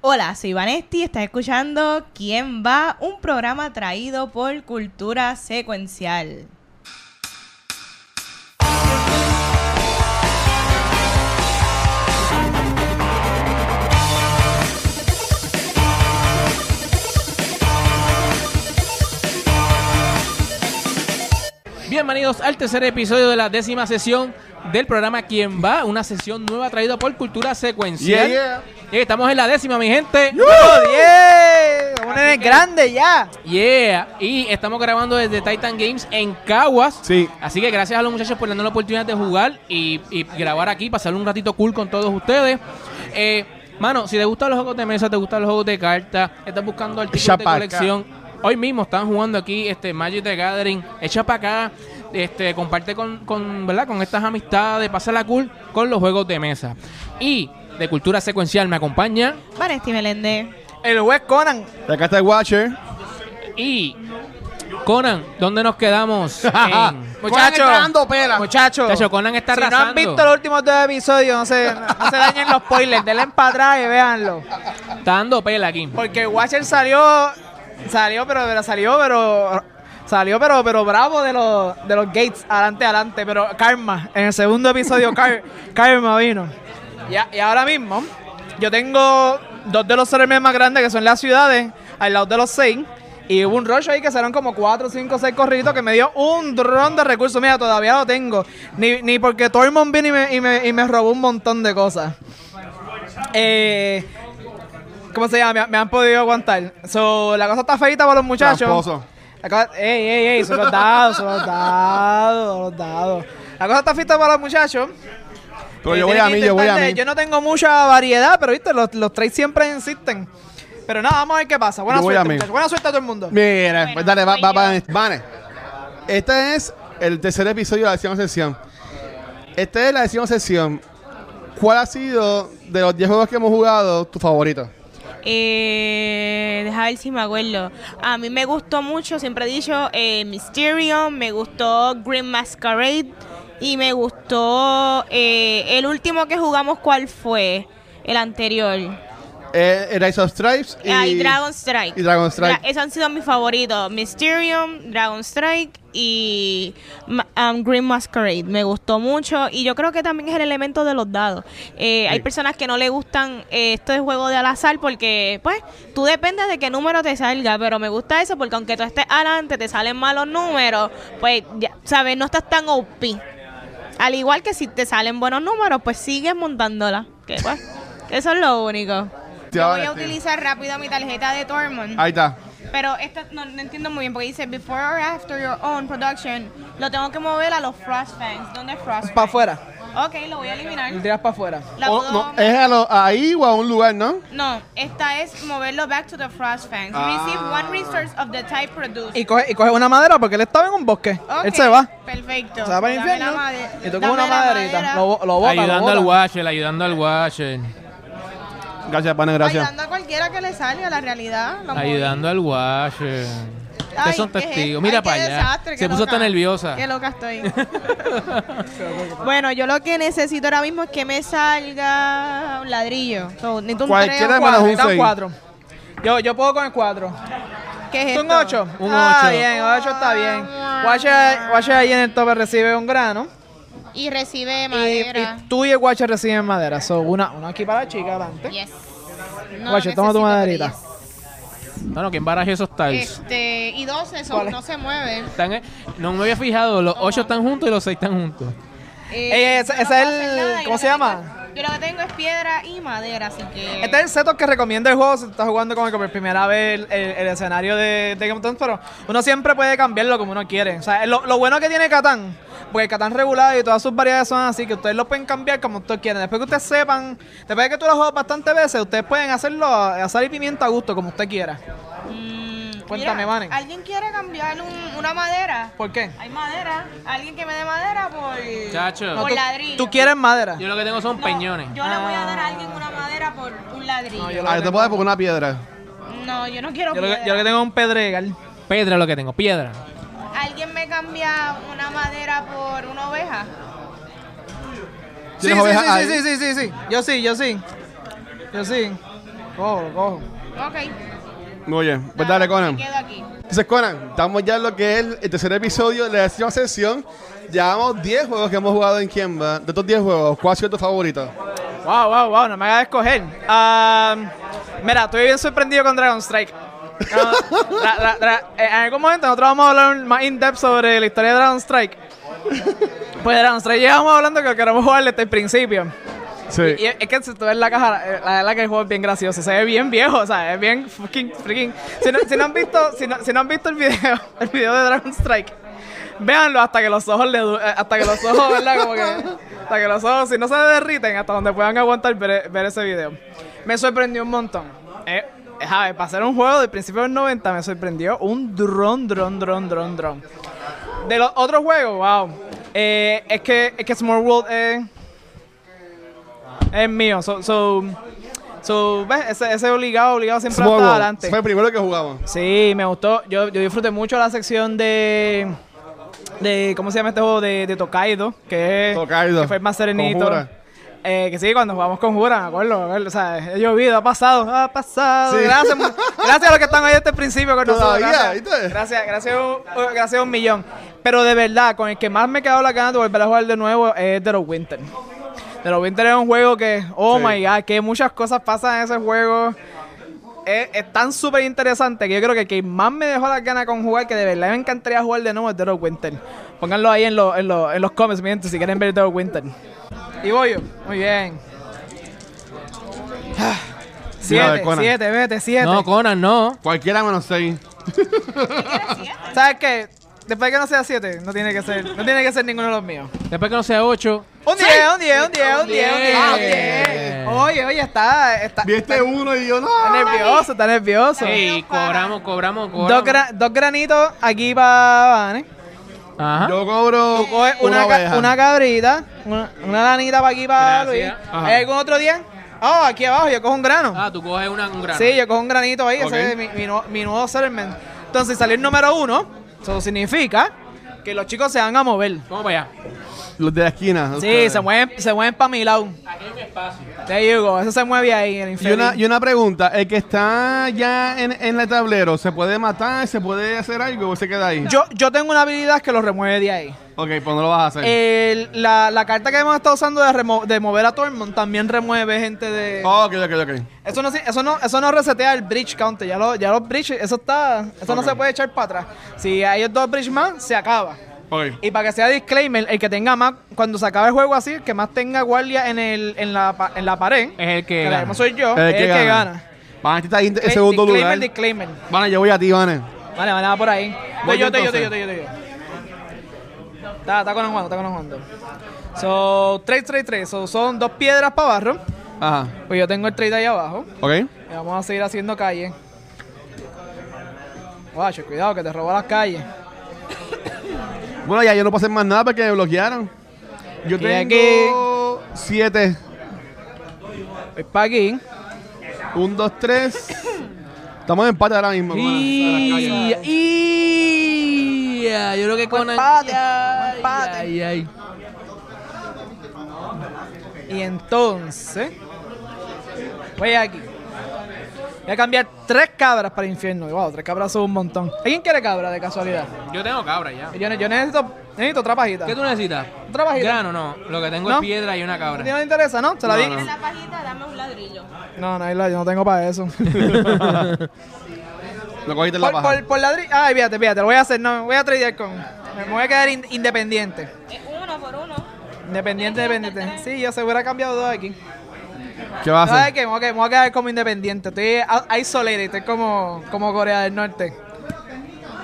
Hola, soy Vanesti, estás escuchando ¿Quién va? Un programa traído por Cultura Secuencial. Bienvenidos al tercer episodio de la décima sesión del programa Quién va, una sesión nueva traída por Cultura Secuencial. Yeah, Yeah, estamos en la décima, mi gente. ¡Oh, yeah! ¡Vamos en el grande ya! Yeah, y estamos grabando desde Titan Games en Caguas. Sí. Así que gracias a los muchachos por darnos la oportunidad de jugar y, y grabar aquí, pasar un ratito cool con todos ustedes. Eh, mano, si te gustan los juegos de mesa, te gustan los juegos de cartas, estás buscando artículos Chapaca. de colección. Hoy mismo están jugando aquí este Magic the Gathering. Echa para acá, este, comparte con, con, ¿verdad? con estas amistades, la cool con los juegos de mesa. Y de cultura secuencial me acompaña Vanesti Meléndez. El juez Conan. De acá está el Watcher. y Conan, ¿dónde nos quedamos? En- Muchachos. Muchachos. Chacho, Conan está si no han arrasando. visto los últimos dos episodios, no se, no se dañen los spoilers. Denle para atrás y véanlo. Está dando pela aquí. Porque Watcher salió. Salió, pero, pero salió, pero. Salió, pero, pero bravo de los, de los Gates. Adelante, adelante. Pero Karma. En el segundo episodio, Kar- Karma vino. Y, a- y ahora mismo, yo tengo dos de los sermes más grandes que son las ciudades, al lado de los seis. Y hubo un rollo ahí que salieron como cuatro, cinco, seis corriditos que me dio un dron de recursos. Mira, todavía lo tengo. Ni, ni porque Tormund vino y me, y me- y me robó un montón de cosas. Eh, ¿Cómo se llama? Me, me han podido aguantar. So, la cosa está feita para los muchachos. Tramposo. La cosa- ey, ey, ey, son los dados, son los dados, los dados. La cosa está feita para los muchachos. Pero Eh, yo voy tienen a que mí, yo voy a intentar de- mí. Yo no tengo mucha variedad, pero viste, los, los trades siempre insisten. Pero nada, vamos a ver qué pasa. Buena Yo voy a suerte, mí. muchachos. Buena suerte a todo el mundo. Mira, Bueno, pues dale, va, voy va, yo. va. Vane, este es el tercer episodio de la décima sesión. Esta es la décima sesión. ¿Cuál ha sido, de los 10 juegos que hemos jugado, tu favorito? Eh, deja ver si me acuerdo. A mí me gustó mucho, siempre he dicho, eh, Mysterium, me gustó Green Masquerade y me gustó eh, el último que jugamos, ¿cuál fue? El anterior. Eh, el Rise of Stripes y, Ah, y Dragon Strike. y Dragon Strike. Dra- esos han sido mis favoritos. Mysterium, Dragon Strike y ma- um, Green Masquerade. Me gustó mucho. Y yo creo que también es el elemento de los dados. Eh, Hay personas que no le gustan eh, este juego de al azar porque, pues, tú dependes de qué número te salga. Pero me gusta eso porque aunque tú estés adelante, te salen malos números, pues, ya, ¿sabes? No estás tan OP. Al igual que si te salen buenos números, pues sigues montándola. Que, pues, eso es lo único. Te Yo ahora, voy a tío. utilizar rápido mi tarjeta de Tormund. Ahí está. Pero esta no, no entiendo muy bien porque dice before or after your own production. Lo tengo que mover a los Frost Fangs. ¿Dónde es Frost Para Fangs? afuera. Ok, lo voy a eliminar. El tiras para afuera. La O- puedo- Oh, no, es a lo- ahí o a un lugar, ¿no? No, esta es moverlo back to the Frost Fangs. Receive one resource of the type produced. Ah. Y coge, y coge una madera porque él estaba en un bosque. Ok, Él se va. Perfecto. Se va para el Dame infierno. la made- Y tú dame coges una la maderita. madera. Lo, bo- lo bota, lo ayudando bota. al Watcher, ayudando al Watcher. Gracias, Vane, gracias. Ayudando a cualquiera que le salga la realidad. lo moví. Ayudando al Watcher. Ustedes Ay, son qué je- testigos. Mira ay, qué para allá. desastre, Se qué puso loca. tan nerviosa. Qué loca estoy. bueno, yo lo que necesito ahora mismo es que me salga un ladrillo. So, necesito un Cualquiera tres o menos cuatro. un Necesitan seis. cuatro. Yo, yo puedo con el cuatro. ¿Qué es ¿Es un esto? 8? Un ah, ocho. bien, 8 está bien. Watcher, Watcher ahí en el tope recibe un grano. Y recibe Y, madera. y tú y el Watcher reciben madera. So, una, una aquí para la chica adelante. yes. Guacho, toma necesito, tu maderita. pero yes. Bueno, ¿quién baraje esos tiles? Este, y 12, eso ¿Cuál es? no se mueve. Están, eh, no me había fijado, los ocho están juntos y los seis están juntos. Ey, ese- Eh, yo no ese puedo Eh, es hacer nada, el- yo ¿cómo lo se que llama? tengo- yo lo que tengo es piedra y madera, así que. Este es el setup que recomienda el juego si tú estás jugando como que por primera vez el, el- el escenario de, de Game of Thrones, pero uno siempre puede cambiarlo como uno quiere. O sea, lo, lo bueno que tiene Catán, porque Catán regulado y todas sus variedades son así, que ustedes lo pueden cambiar como ustedes quieren. Después que ustedes sepan, después de que tú lo juegas bastantes veces, ustedes pueden hacerlo a, a sal y pimienta a gusto, como usted quiera. Mm, Cuéntame, mira, Vane. ¿Alguien quiere cambiar un- una madera? ¿Por qué? Hay madera. Alguien que me dé madera por. Chacho. Por tú, ladrillo. tú quieres madera. Yo lo que tengo son No, peñones. Yo le voy a dar a alguien una madera por un ladrillo. No, yo, yo- Ah, yo te puedo dar por una piedra. no quiero. Yo lo, que, piedra. yo lo que tengo es un pedregal. Piedra es lo que tengo, piedra. ¿Alguien me cambia una madera por una oveja? Sí, ¿Tienes sí, ovejas sí, ahí? sí, sí, sí, sí, sí. Yo sí, yo sí. Yo sí. Cojo, lo cojo. Ok. Muy bien. Pues dale, Conan. Me quedo aquí. Entonces, Conan, estamos ya en lo que es el tercer episodio de la décima sesión. Llevamos 10 juegos que hemos jugado en Kiemba. De estos 10 juegos, ¿cuál ha sido tu favorito? Wow, wow, wow, no me hagas escoger. Ah, mira, estoy bien sorprendido con Dragon Strike. No, dra- dra- dra- eh, en algún momento nosotros vamos a hablar más in depth sobre la historia de Dragon Strike. Pues de Dragon Strike llevamos hablando que lo queremos jugar desde el principio. Sí. Y es es que si tú ves la caja, eh, la verdad que el juego es bien gracioso, se ve bien viejo, o sea, es bien fucking freaking. Si no, si no han visto, si no, si no han visto el video, el video de Dragon Strike, véanlo hasta que los ojos le du- eh, hasta que los ojos, ¿verdad? Como que hasta que los ojos, si no se derriten, hasta donde puedan aguantar ver, ver ese video. Me sorprendió un montón. Eh, Javi, para hacer un juego del principio de los 90 me sorprendió un dron, dron, dron, dron, dron. De los otros juegos, wow. Eh, es que es que Small World eh, es mío. So, so, so, ¿ves? Ese, ese obligado, obligado siempre Small está World. adelante. Fue el primero que jugamos. Sí, me gustó. Yo, yo disfruté mucho la sección de. de ¿Cómo se llama este juego? De, de Tokaido. Que, es- Tokaido. que fue el más serenito. Conjura. Eh, que sí, cuando jugamos con Jura, me acuerdo, me acuerdo. O sea, he llovido, ha pasado, ha pasado. Sí. Gracias, mu- gracias a los que están ahí desde el principio con nosotros. Todavía, ¿viste? Gracias, gracias, gracias, un- gracias a un millón. Pero de verdad, con el que más me he quedado la gana de volver a jugar de nuevo es The Lord Winter. The Lord Winter es un juego que, oh Sí. my god, que muchas cosas pasan en ese juego es, es tan súper interesante que yo creo que el que más me dejó las ganas con jugar, que de verdad me encantaría jugar de nuevo, es Dark Winter. Pónganlo ahí en, lo- en, lo- en los comments, mi gente, si quieren ver Dark Winter. Y voy yo. Muy bien. Ah, Dale, Siete, Conan. siete, vete, siete. No, Conan, no. Cualquiera menos 6. ¿Sabes qué? Después que no sea siete, no tiene que ser, no tiene que ser ninguno de los míos. Después que no sea 8. Un 10, un 10, un 10, un 10, un 10. Ah, un 10. Oye, oye, está, está, Viste uno y yo no. está nervioso, está nervioso. Ey, cobramos, cobramos, cobramos. Dos, gra- dos granitos aquí para Vane. Ajá. Yo cobro Tú coges una, una, ca- oveja. una cabrita, una, una lanita para aquí para Luis. Gracias. Ajá. ¿Hay algún otro día? Ah, aquí abajo yo cojo un grano. Ah, tú coges una, un grano. Sí, yo cojo un granito ahí, Ok. ese es mi, mi nuevo- mi nuevo settlement. Entonces salió el número uno, eso significa que los chicos se van a mover. Vamos para allá. Los de la esquina. Sí, se mueven, se mueven para mi lado. Aquí hay un espacio. There you go, eso se mueve ahí, el Y infierno. una, y una pregunta, el que está ya en, en el tablero, ¿se puede matar? ¿Se puede hacer algo o se queda ahí? yo, yo tengo una habilidad que lo remueve de ahí. Ok, pues no lo vas a hacer. El- la, la carta que hemos estado usando de, remo- de mover a Tormund también remueve gente de... ok, ok, ok. Eso no, se- eso no, eso no resetea el bridge counter. Ya, lo- ya los bridges, eso está. Eso no se puede echar para atrás. Si hay dos bridges más, se acaba. Ok. Y para que sea disclaimer, el que tenga más, cuando se acabe el juego así, el que más tenga guardia en, el, en, la, pa- en la pared, Es el que la gana. misma soy yo, El es el que gana. Eh, Van a estar ahí en Disclaimer, segundo lugar. disclaimer. Vale, yo voy a ti, Vane. Vale, vale, va por ahí. Voy Voy yo yo, te yo, te yo, entonces. te yo, te yo. Está, está con Juan, está con Juan. So, 3, 3, 3. So, son dos piedras para barro. Ajá. Pues yo tengo el trade ahí abajo. Ok. Y vamos a seguir haciendo calle. Guacho, cuidado que te roba las calles. Bueno, ya yo no puedo hacer más nada porque me bloquearon. Yo Y aquí- tengo siete. Voy para aquí. Un, dos, tres. Estamos en empate ahora mismo. Juana. Y, y, ya, yo creo que Pues, Conan. empate, ya, empate. ay, ay. Y entonces. Voy aquí. Voy a cambiar tres cabras para el infierno. Wow, tres cabras son un montón. ¿Alguien quiere cabra de casualidad? Yo tengo cabra ya. Yo, ne- yo necesito, necesito otra pajita. ¿Qué tú necesitas? Otra pajita. Grano, no. Lo que tengo ¿No? es piedra y una ¿A cabra. ti no te interesa, no? ¿Se la di? En la pajita, dame un ladrillo. No, no, Isla, yo no tengo para eso. Lo cogiste en la por, paja. por, por ladri- Ay, fíjate, fíjate, lo voy a hacer. No, voy a tradear con. Me voy a quedar in- independiente. Es uno por uno. Independiente, independiente. Sí, yo se hubiera cambiado dos aquí. ¿Qué vas a ¿Sabes hacer? qué? Me voy a quedar- me voy a quedar como independiente. Estoy a- isolated, estoy como, como Corea del Norte.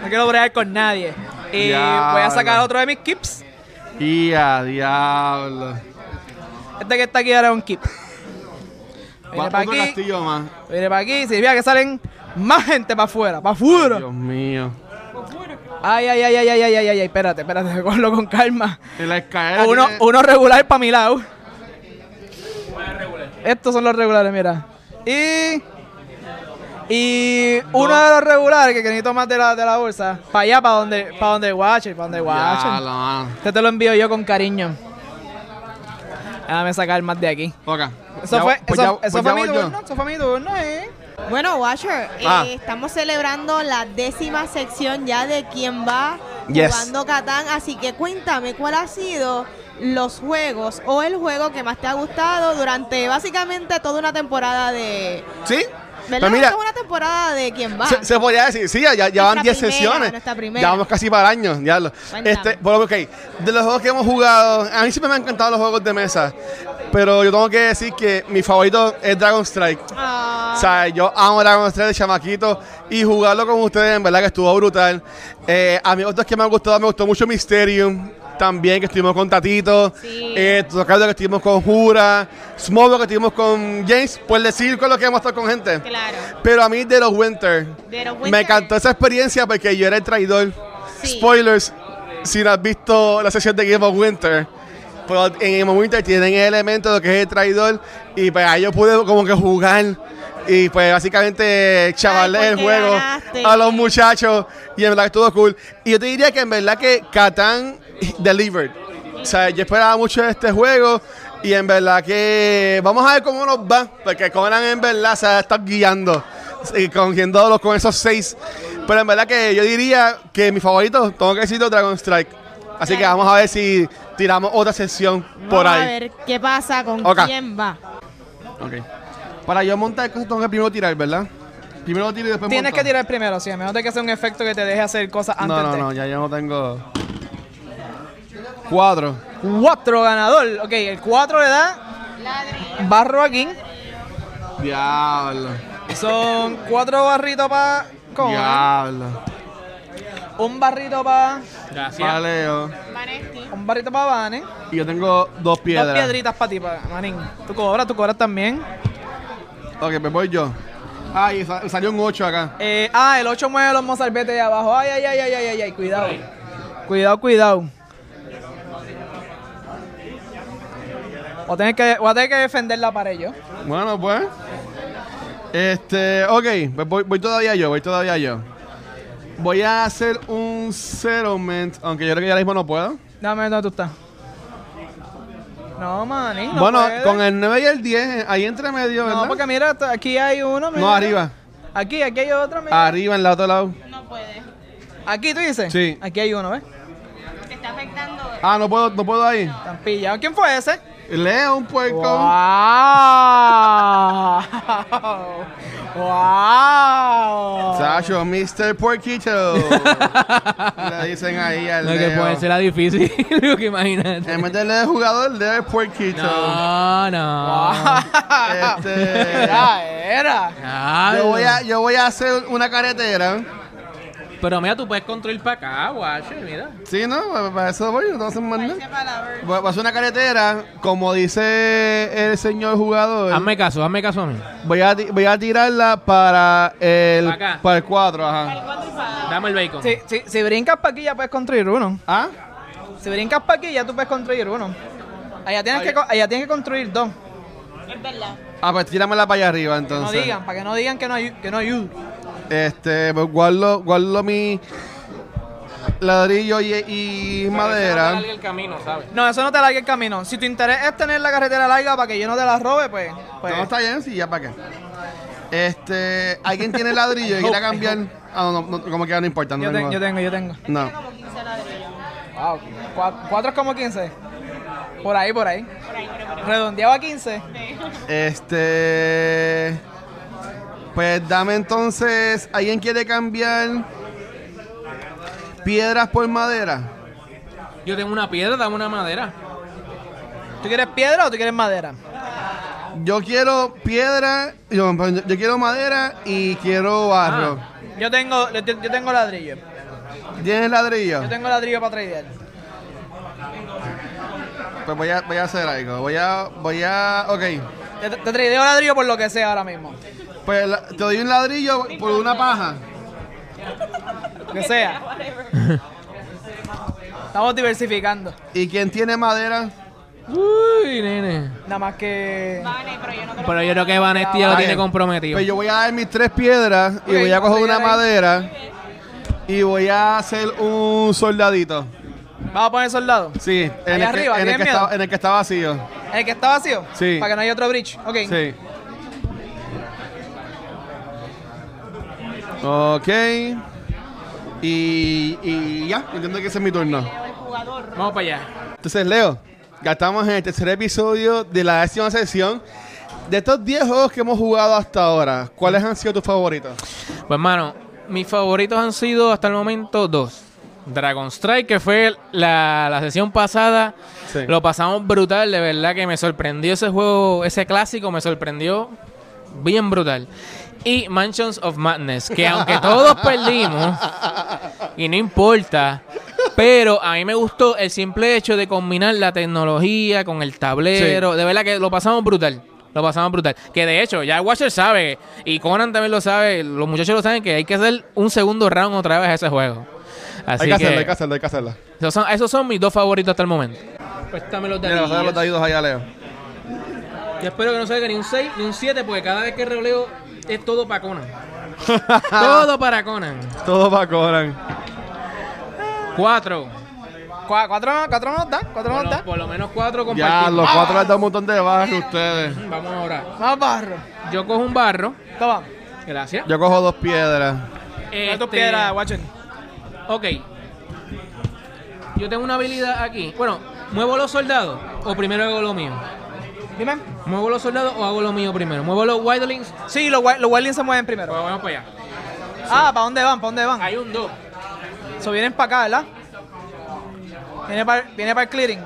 No quiero bregar con nadie. Y Diablo. voy a sacar otro de mis kips. Y a diablo. Este que está aquí ahora es un kip. Viene Va, para otro aquí, castillo más. viene para aquí. Si vea que salen más gente para afuera, para afuera. Dios mío. Ay, ay, ay, ay, ay, ay, ay, ay, espérate, espérate, cógelo con calma. En la escalera. Uno, tiene- uno regular para mi lado. Estos son los regulares, mira. Y. Y uno de los regulares que que necesito más de la, de la bolsa. Para allá, para donde, para donde Watcher, para donde Watcher. Diablo, mano. Este te lo envío yo con cariño. Déjame sacar más de aquí. Ok. Eso Ya- fue, pues eso, ya- eso pues fue ya mi voy yo. turno, eso fue mi turno, eh. Bueno, Watcher, eh, Ah. estamos celebrando la décima sección ya de quién va Yes. jugando Catán. Así que cuéntame cuál ha sido los juegos o el juego que más te ha gustado durante básicamente toda una temporada de. ¿Sí? ¿Verdad? Pero Pues mira, Esta es una temporada de quién va. se, se podría decir, sí, ya, ya- ya van Nuestra 10 primera, sesiones. nuestra primera. Ya vamos casi para el año. Ya lo- Cuéntame. este, bueno, ok, de los juegos que hemos jugado, a mí siempre me han encantado los juegos de mesa. Pero yo tengo que decir que mi favorito es Dragon Strike. Ah, O sea, yo amo Dragon Strike de chamaquito y jugarlo con ustedes en verdad que estuvo brutal. Eh, a mí otros que me han gustado, me gustó mucho Mysterium también, que estuvimos con Tatito. Sí. Eh, Tocando que estuvimos con Jura. Smogo que estuvimos con James. Pues decir con lo que hemos estado con gente. claro. Pero a mí de los Winter, De los me Winter. encantó esa experiencia porque yo era el traidor. Sí. Spoilers, si no has visto la sesión de Game of Winter. Pero en Game of Winter tienen el elemento de lo que es el traidor y pues ahí yo pude como que jugar y pues básicamente chavarle Ay, el porque juego ganaste. a los muchachos y en verdad que estuvo cool. Y yo te diría que en verdad que Catán delivered. O sea, yo esperaba mucho de este juego y en verdad que vamos a ver cómo nos va, porque Conan en verdad se está guiando y cogiéndolos con esos seis. Pero en verdad que yo diría que mi favorito, tengo que decirlo, Dragon Strike. Así que vamos a ver si tiramos otra sesión por Vamos A ahí. ver qué pasa con Ok. quién va. Ok. Para yo montar cosas tengo que primero tirar, ¿verdad? Primero tiro y después Tienes monto. que tirar primero, sí, a menos de que sea un efecto que te deje hacer cosas antes No, no, de. no, ya yo no tengo. Cuatro. Cuatro ganador. Ok, el cuatro le da. Barro aquí. Diablo. Son cuatro barritos para. Diablo. Un barrito para. Gracias. Valeo. Un barrito para Vane. Y yo tengo dos piedras. Dos piedritas para ti, pa- Manín. Tú cobras, tú cobras también. Ok, me voy yo. Ay, sa- salió un ocho acá. Eh, ah, el 8 mueve los mozalbetes de abajo. Ay, ay, ay, ay, ay, ay, ay, cuidado. Cuidado, cuidado. Voy a tener que, voy a tener que defender la pared yo. Bueno, pues. Este, ok, pues voy, voy todavía yo, voy todavía yo. Voy a hacer un settlement, aunque yo creo que ya ahora mismo no puedo. Dame ver dónde tú estás. No, manín. no bueno, puedes. con el 9 y el 10, ahí entre medio, ¿verdad? No, porque mira, t- aquí hay uno. No, mira. arriba. Aquí, aquí hay otro. Mira. Arriba, en el otro lado. Aquí tú dices. Sí. Aquí hay uno, ¿ves? Ah, no puedo, no puedo ahí. Están pillados. ¿Quién fue ese? Leo, un puerco. ¡Wow! ¡Wow! Sacho, Mr. Puerquito. Le dicen ahí al Lo que Leo. puede ser la difícil, lo que imagínate. En vez de leer jugador, leer Puerquito. No, no. Este, Era, era. Ah, yo, voy a, yo voy a hacer una carretera. Pero mira, tú puedes construir para acá, guache, mira. Sí, ¿no? Pa- Para eso voy, no hacen más nada. Voy voy a hacer una carretera, como dice el señor jugador. Hazme caso, hazme caso a mí. Voy a, ti- voy a tirarla para el, Pa' acá. para el 4, ajá. Dame el bacon. Si, si, si brincas para aquí ya puedes construir uno. ¿Ah? Si brincas para aquí ya tú puedes construir uno. Allá tienes, que, co- allá tienes que construir dos. Ah, pues tíramela para allá arriba No entonces. digan, para que no digan que no hay que no hay Este, pues guardo, guardo mi ladrillo y, y madera. el camino, ¿sabes? No, eso no te larga el camino. Si tu interés es tener la carretera larga para que yo no te la robe, pues. pues No está bien, sí, ya para qué. Este, alguien tiene ladrillo y quiera cambiar. Ah, no, no, no, como que no importa. No, yo, te- tengo- yo tengo, yo tengo. no. Wow. Cuatro, Ah, cuatro es como 15. Por ahí, por ahí. Redondeado a 15. Este, pues dame entonces. ¿Alguien quiere cambiar piedras por madera? Yo tengo una piedra, dame una madera. ¿Tú quieres piedra o tú quieres madera? Yo quiero piedra, yo, yo quiero madera y quiero barro. Yo tengo, yo, te- yo tengo ladrillo. Ah. ¿Tienes ladrillo? Yo tengo ladrillo para tradear. Pues voy a, voy a hacer algo. Voy a. Voy a. Ok. Te, te tradeo ladrillo por lo que sea ahora mismo. Pues la- te doy un ladrillo por una paja. Lo que sea. Estamos diversificando. ¿Y quién tiene madera? Uy, nene. Nada más que. Pero yo creo que Vanesti ya lo Está tiene bien. comprometido. Pues yo voy a dar mis tres piedras y Ok, voy a coger voy a una dar ahí. madera y voy a hacer un soldadito. Vamos a poner soldado. Sí, Allá en el, que- arriba, en el ¿tienes que miedo? está, en el que está vacío. El que está vacío. Sí. Para que no haya otro bridge. Ok. Sí. Ok. Y, y ya, entiendo que ese es mi turno. Vamos para allá. Entonces, Leo, ya estamos en el tercer episodio de la décima sesión. De estos 10 juegos que hemos jugado hasta ahora, ¿cuáles han sido tus favoritos? Pues, hermano, mis favoritos han sido hasta el momento dos. Dragon Strike, que fue la, la sesión pasada. Sí. Lo pasamos brutal, de verdad que me sorprendió ese juego, ese clásico, me sorprendió bien brutal. Y Mansions of Madness, que aunque todos perdimos, y no importa, pero a mí me gustó el simple hecho de combinar la tecnología con el tablero. De verdad que lo pasamos brutal. Lo pasamos brutal. Que de hecho, ya Watcher sabe, y Conan también lo sabe, los muchachos lo saben, que hay que hacer un segundo round otra vez a ese juego. Así hay que, hacerla, hay que que hacerla, hay que hacerla. esos son, esos son mis dos favoritos hasta el momento. Préstame los Mira, vas a dar los daditos allá, Leo. Yo espero que no salga ni un 6 ni un 7, porque cada vez que releo es todo para Conan. Ah. todo para Conan. Todo para Conan. 4. Cua- cuatro, cuatro nos dan. Por, Cuatro nos lo- dan. por lo menos 4 Ya, compartimos. los cuatro les da un montón de bajas a ustedes. Vamos ahora. Más barro. Yo cojo un barro. Toma. Gracias. Yo cojo dos piedras. Este... Este, tus piedras, Watcher. Ok. Yo tengo una habilidad aquí. Bueno, ¿muevo los soldados o primero hago lo mío? Dime. ¿Muevo los soldados o hago lo mío primero? ¿Muevo los wildlings? Sí, los, wi- los Wildlings se mueven primero. Pues vamos para allá. Ah, ¿para dónde van? ¿Para dónde van? Hay un 2. So, vienen para acá, ¿verdad? Viene para viene para el clearing.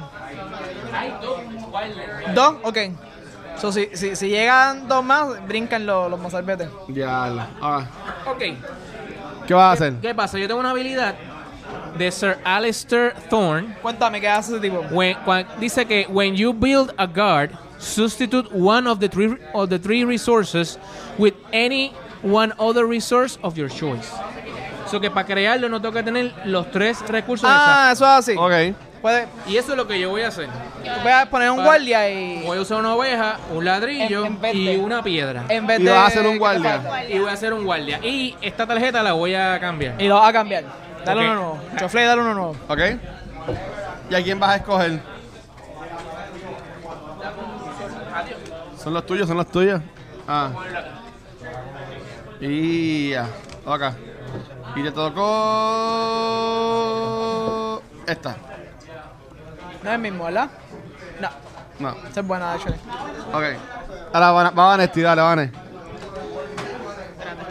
Dos, ok. So, si, si, si llegan dos más, brincan los, los mozalbetes. Ya, la- ah. Ok. ¿Qué vas a hacer? ¿Qué pasa? Yo tengo una habilidad de Sir Alistair Thorne. Cuéntame, ¿qué hace ese tipo? When- cuan- dice que when you build a guard, substitute one of the three of the three resources with any one other resource of your choice. So que para crearlo no tengo que tener los tres recursos. Ah, eso es así. Ok. Puedes, exactos. Y eso es lo que yo voy a hacer. puedes poner un Para- guardia y. Voy a usar una oveja, un ladrillo En- en verde. y una piedra. En vez Y de. vas a hacer un ¿qué te guardia. falta? Y voy a hacer un guardia. Y esta tarjeta la voy a cambiar. Y lo vas a cambiar. Dale Ok. uno nuevo. Chofle, dale uno nuevo. ¿Ok? ¿Y a quién vas a escoger? Son los tuyos, son los tuyos. Ah. Y ya. Ok. Y te tocó. Esta. No es el mismo, ¿verdad? No, No. esa es buena, actually. Ok. Ahora va, va Vanesti, dale, Vane.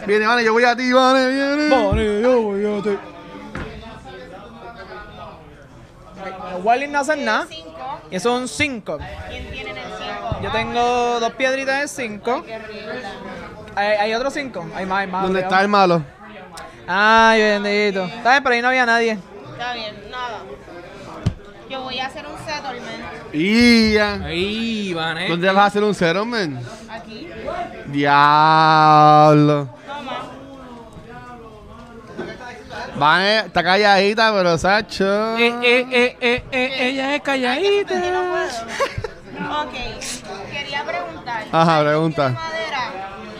Viene, Vane, yo voy a ti, Vane, viene. Los Wildlings no hacen nada. Y eso es un 5. Yo tengo dos piedritas de 5. Hay, hay otros 5. Hay más, hay más. ¿Dónde obligado. está el malo? Ay, bendito. Está bien, pero ahí no había nadie. Está bien, nada. Yo voy a hacer un settlement Y ya. Ahí van, eh. ¿Dónde vas a hacer un cero, men? aquí. Diablo. Toma. Vane está calladita, pero Sacho. Eh, eh, eh, eh, eh, Ah, ella es calladita. Ok. Quería preguntar. Ajá, Tiene pregunta. madera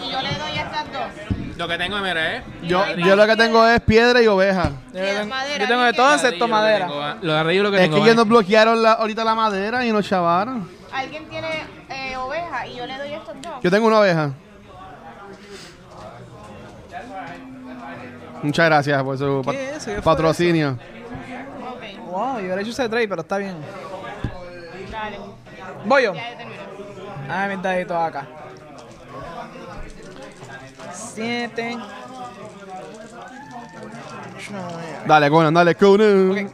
y yo le doy a estas dos. Lo que tengo es, mira, eh. Yo, yo lo que tengo es piedra y oveja. Yo Piedra, tengo, madera, yo tengo de ¿qué todo quieres? excepto madera. Los arreglos ah, lo que Es tengo. eh. que ellos nos bloquearon la- ahorita la madera y nos chavaron. Alguien tiene eh, oveja y yo le doy estos dos. Yo tengo una oveja. Muchas gracias por su pa- ¿Qué es eso? ¿Qué fue patrocinio. Ok, Wow, yo le he hecho ese trade, pero está bien. dale. Voy yo. Ya yo terminé. Ah, mis daditos acá. Siete. Nueve. Dale, Conan, dale, Conan.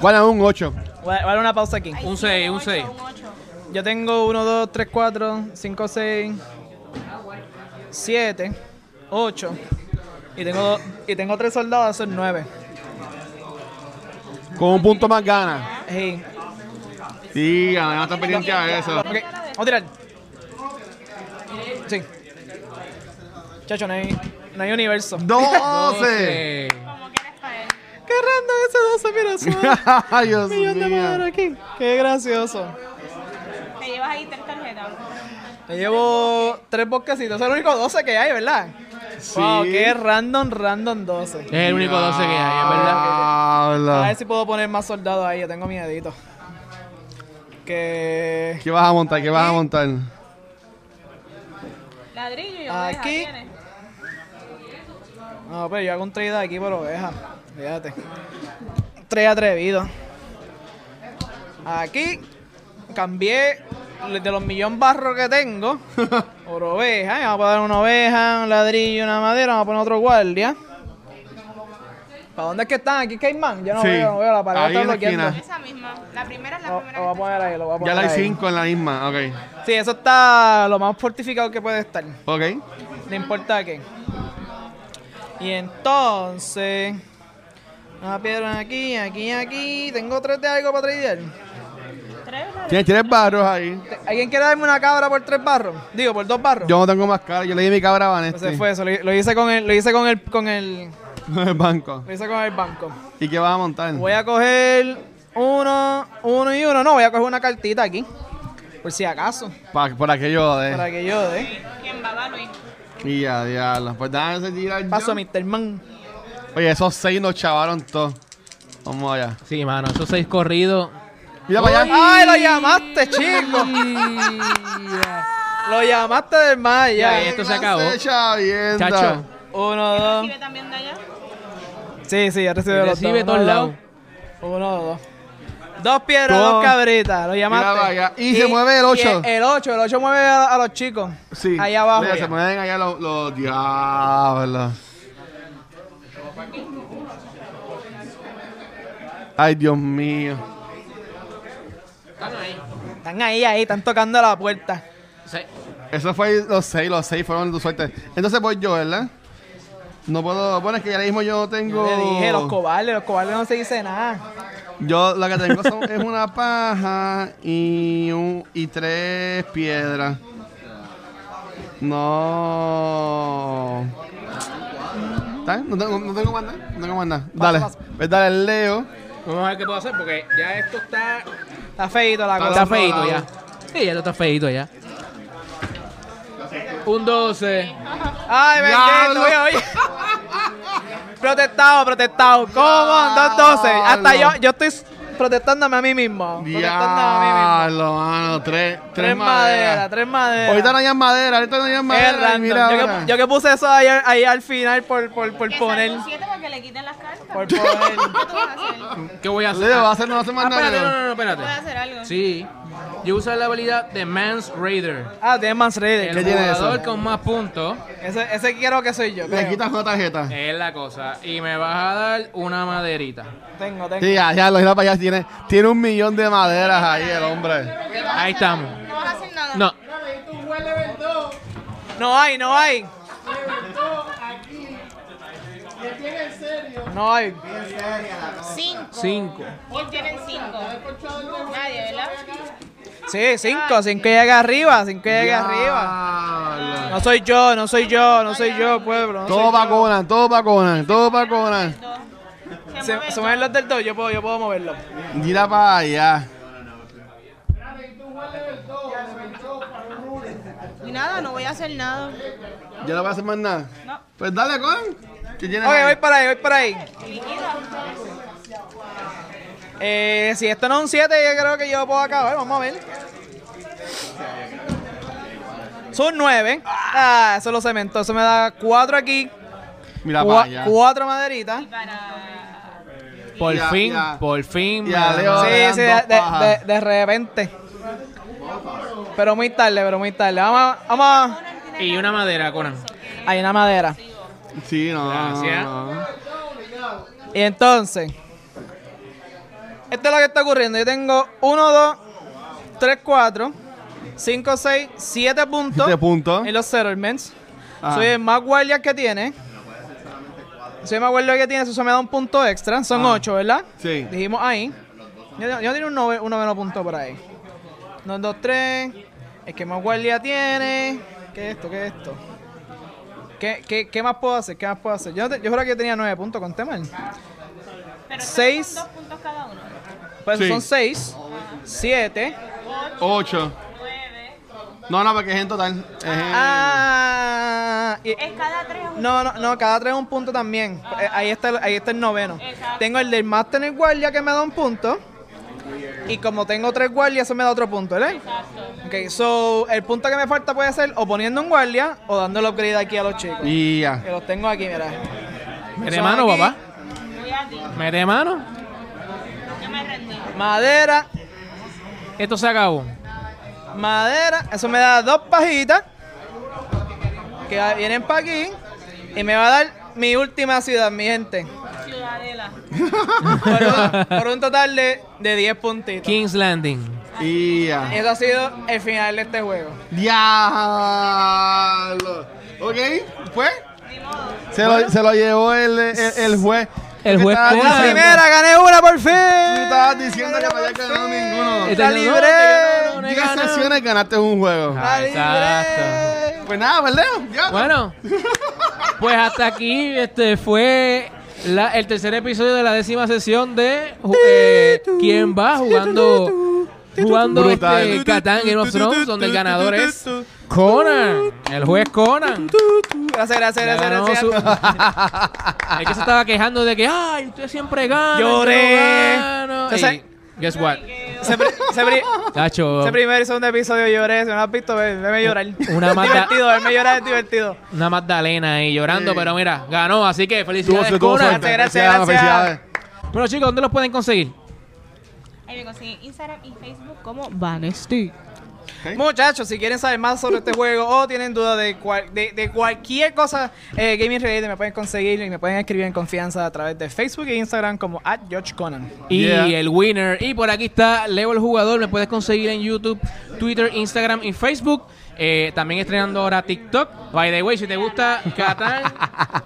¿Cuál es un 8? Voy a voy a dar una pausa aquí. Un 6, un 6. Un ocho. Yo tengo 1, 2, 3, 4, 5, 6, 7, 8. Y tengo, y tengo 3 soldados, son 9. Con un punto más gana. Hey. Sí, no está pendiente a eso. Ok, vamos a tirar. Sí. Chacho, no hay, no hay universo. 12. Como quieras para él. ¡Qué random ese 12, mira! son Ay, Dios Un millón de madera mío. aquí. ¡Qué gracioso! Te llevas ahí tres tarjetas. Me llevo 3 bosquecitos, es el único 12 que hay, ¿verdad? Sí. Wow, qué random, random 12. Es el único 12 que hay, es verdad. A ver Habla. si puedo poner más soldados ahí, yo tengo miedito. Que. ¿Qué vas a montar? ¿Qué vas a montar? Ladrillo y oveja, Aquí. ¿tienes? No, pero yo hago un trade aquí por oveja. Fíjate. Tres atrevidos. Aquí cambié de los millón barros que tengo por oveja. Y vamos a poner una oveja, un ladrillo, una madera. Vamos a poner otro guardia. ¿Para dónde es que están? Aquí es Caimán. Yo no Sí. veo, no veo. La pared Ahí está en la bloqueando. esquina. Esa misma. La primera es la Lo, primera. lo voy a poner ahí, lo voy a Ya poner la hay ahí. cinco en la misma. Ok. Sí, eso está lo más fortificado que puede estar. Ok. No importa a qué. Y entonces. Una piedra aquí, aquí, aquí. Tengo tres de algo para tradear. Tienes tres barros ahí. Te- ¿Alguien quiere darme una cabra por tres barros? Digo, por dos barros. Yo no tengo más cara. Yo le di mi cabra a Pues Vanessa. se fue eso. Lo, lo hice con el, lo hice con el, con el. El banco. Lo hice con el banco. ¿Y qué vas a montar? Voy a coger uno, uno y uno. No, voy a coger una cartita aquí. Por si acaso. Pa- por aquello Para de. que yo dé. ¿Quién va a Luis? Y ya, diablo. Pues déjame ese tirar. Paso yo. a Mr. Man. Oye, esos seis nos chavaron todos. Vamos allá. Sí, mano, esos seis corridos. Mira para allá. ¡Ay, lo llamaste, chico! Y- Lo llamaste del más Ya, allá. esto se acabó. Chacho, Chacho. Uno, dos. ¿Recibe también de allá? Sí, sí, ya recibe los dos. recibe Uno, todos dos. lados. Uno, dos. Dos piedras, Todo. dos cabritas. Lo Mira llamaste. para allá. Y se mueve el ocho. y el 8, el 8 mueve a, a los chicos. Sí. Allá abajo. Mira, se mueven allá los, los diablos. Ay, Dios mío. Están ahí, ahí, están tocando la puerta. Sí. Eso fue los seis, los seis fueron tu suerte. Entonces voy yo, ¿verdad? No puedo. Bueno, es que ya mismo yo no Yo tengo. le dije, los cobardes, los cobardes no se dice nada. Yo lo que tengo son- es una paja y, un, y tres piedras. No. ¿Está bien? No tengo, no tengo más nada. No tengo más nada. Dale. paso. Pues dale, Leo. Vamos a ver qué puedo hacer porque ya esto está. Está feito la cosa. Está feito ya. Sí, ya esto está feito ya. Un 12. Ay, bendito, Diablo. oye, oye. protestado, protestado. ¿Cómo? Dos doce. Hasta yo, Diablo. yo estoy protestándome a mí mismo. Protestándome a mí mismo. Diablo, mano. Tres, tres, Tres maderas, maderas. tres maderas. Ahorita no hayan madera, ahorita no hayan Es madera. y random. Mira, yo, ahora. que, yo que puse eso ahí, ahí al final por, por, por Que poner. salga un siete para que le quiten las cartas. Por poner. ¿Qué tú vas a hacer? ¿Qué voy a hacer? Leo, va a hacer, no hace más Ah, nada. espérate, no, Leo. no, no, espérate. ¿Puedo hacer algo? Sí. Yo uso la habilidad de Man's Raider. Ah, tiene Mans Raider. El tiene eso? jugador con más puntos Ese, ese quiero que soy yo. Le creo. quitas una tarjeta. Eh. es la cosa. Y me vas a dar una maderita. Tengo, tengo. Sí, ya, ya, lo gira para allá. Tiene, tiene un millón de maderas ahí el hombre. Ahí estamos. No vas a hacer nada. No, No hay, no hay. No hay. Cinco. 5. ¿Quién tienen cinco? Nadie, ¿verdad? Sí, cinco, cinco llega arriba, cinco llega arriba. arriba. No soy yo, no soy yo, no soy yo, pueblo. no soy Todo para yo. Conan, todo para Conan, todo para Conan. Dos. Se, mueve se el mueven los del dos, yo puedo, yo puedo moverlo. Mira para allá. dos. Y nada, no voy a hacer nada. ¿Ya no voy a hacer más nada? No. Pues dale, Conan. ¿Qué tienes Ok, voy ahí? para ahí, voy para ahí. Eh, si esto no es un 7, yo creo que yo puedo acabar. Vamos a ver. Son 9. Ah, eso lo cemento. Eso me da 4 aquí, Mira para allá. 4 maderitas. Por Ya, fin, ya. por fin. Ya, me- Leo. Sí, eran sí, dos de, de- pajas. de- de repente. Pero muy tarde, pero muy tarde. Vamos a. Vamos a- Y una madera, Conan. Hay una madera. Sí, no. Gracias. Y entonces, esto es lo que está ocurriendo. Yo tengo 1, 2, 3, 4, 5, 6, 7 puntos. Siete puntos. En los settlements. Ajá. Soy el más guardia que tiene. Soy el más guardia que tiene, eso me da un punto extra. Son 8, ¿verdad? Ah. Sí. Dijimos ahí. Yo, yo tengo un, nove- un noveno punto por ahí. 1, 2, 3. Es que más guardia tiene. ¿Qué es esto? ¿Qué es esto? ¿Qué, qué, qué más puedo hacer? ¿Qué más puedo hacer? Yo, no te- yo creo que yo tenía 9 puntos, conté mal. Pero estos Seis. son dos puntos cada uno. Ah. Pues Sí. son 6, 7. Ocho. Nueve. No, no, porque es en total. Es en- Ah, y- Es cada tres o- no, no, no, cada tres un punto también. Eh, Ahí está, el- ahí está el noveno. Exacto. Tengo el del Master en guardia que me da un punto. Y como tengo tres guardias, eso me da otro punto, ¿vale? Ok, so el punto que me falta puede ser o poniendo un guardia o dando el upgrade aquí a los chicos. Y ya. Que los tengo aquí, mira. Mete Son mano, aquí. papá. Voy a ti. Mete mano. Yo me rendí. Madera, Esto se acabó. madera. Eso me da dos pajitas. Que va- vienen para aquí. Y me va a dar mi última ciudad, mi gente. Ciudadela. Por un, por un total de, de 10 puntitos. King's Landing. Y ya. Eso ha sido el final de este juego. Diablo. Ok, pues. Se lo, se lo llevó el, el, el juez. El juez Estaba Ponce. ¡La diciendo- primera! ¡Gané una por fin! Tú estabas diciendo que no había ganado ninguno. Este, ¡La no, libré! que yo no- no he 10 ganado. sesiones ganaste un juego. Ah, exacto. Pues nada, ¿verdad? Ya. Bueno, pues hasta aquí este fue la- el tercer episodio de la décima sesión de ju- eh, ¿Quién va jugando? Jugando Brutal. este Catán Game of Thrones, donde el ganador es Conan, el juez Conan. Gracias, gracias, Le gracias, ganó gracias. su- es que se estaba quejando de que, ay, usted siempre gana. yo Lloré. gano". Y Entonces- guess what? Ese, pri- ese pri- Tacho, ese primer y segundo episodio lloré. Si no has visto, ve- veme llorar. Una es mata- divertido, verme llorar es divertido. una Magdalena ahí llorando, Sí. pero mira, ganó, así que Tuvo felicidades su tuvo Conan. suerte. Gracias, Felicidades, gracias. felicidades. Bueno chicos, ¿dónde los pueden conseguir? Ahí me consiguen Instagram y Facebook como Vanesti. Muchachos, si quieren saber más sobre este juego o tienen dudas de, cual- de, de cualquier cosa eh, gaming related, me pueden conseguir y me pueden escribir en confianza a través de Facebook e Instagram como at George Conan. Y Yeah. el winner. Y por aquí está Leo el jugador. Me puedes conseguir en YouTube, Twitter, Instagram y Facebook. Eh, también estrenando ahora TikTok. By the way, si te gusta Catán,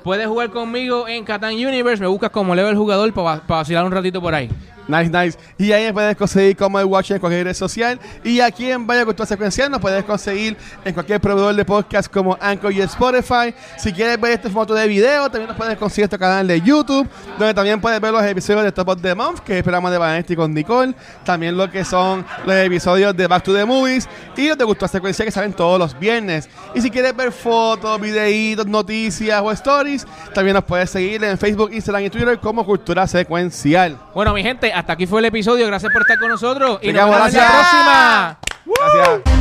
puedes jugar conmigo en Catán Universe. Me buscas como Leo el jugador para vacilar un ratito por ahí. Nice, nice. Y ahí me puedes conseguir como el Watcher en cualquier red social. Y aquí en Vaya Cultura Secuencial nos puedes conseguir en cualquier proveedor de podcast como Anchor y Spotify. Si quieres ver este formato de video, también nos puedes conseguir este canal de YouTube, donde también puedes ver los episodios de Top of the Month, que es el programa de Vanetti con Nicole. También lo que son los episodios de Back to the Movies y los de Cultura Secuencial que salen todos los viernes. Y si quieres ver fotos, videitos, noticias o stories, también nos puedes seguir en Facebook, Instagram y Twitter como Cultura Secuencial. Bueno, mi gente, hasta aquí fue el episodio. Gracias por estar con nosotros. Y nos Chicos, vemos en la gracias. próxima. Gracias.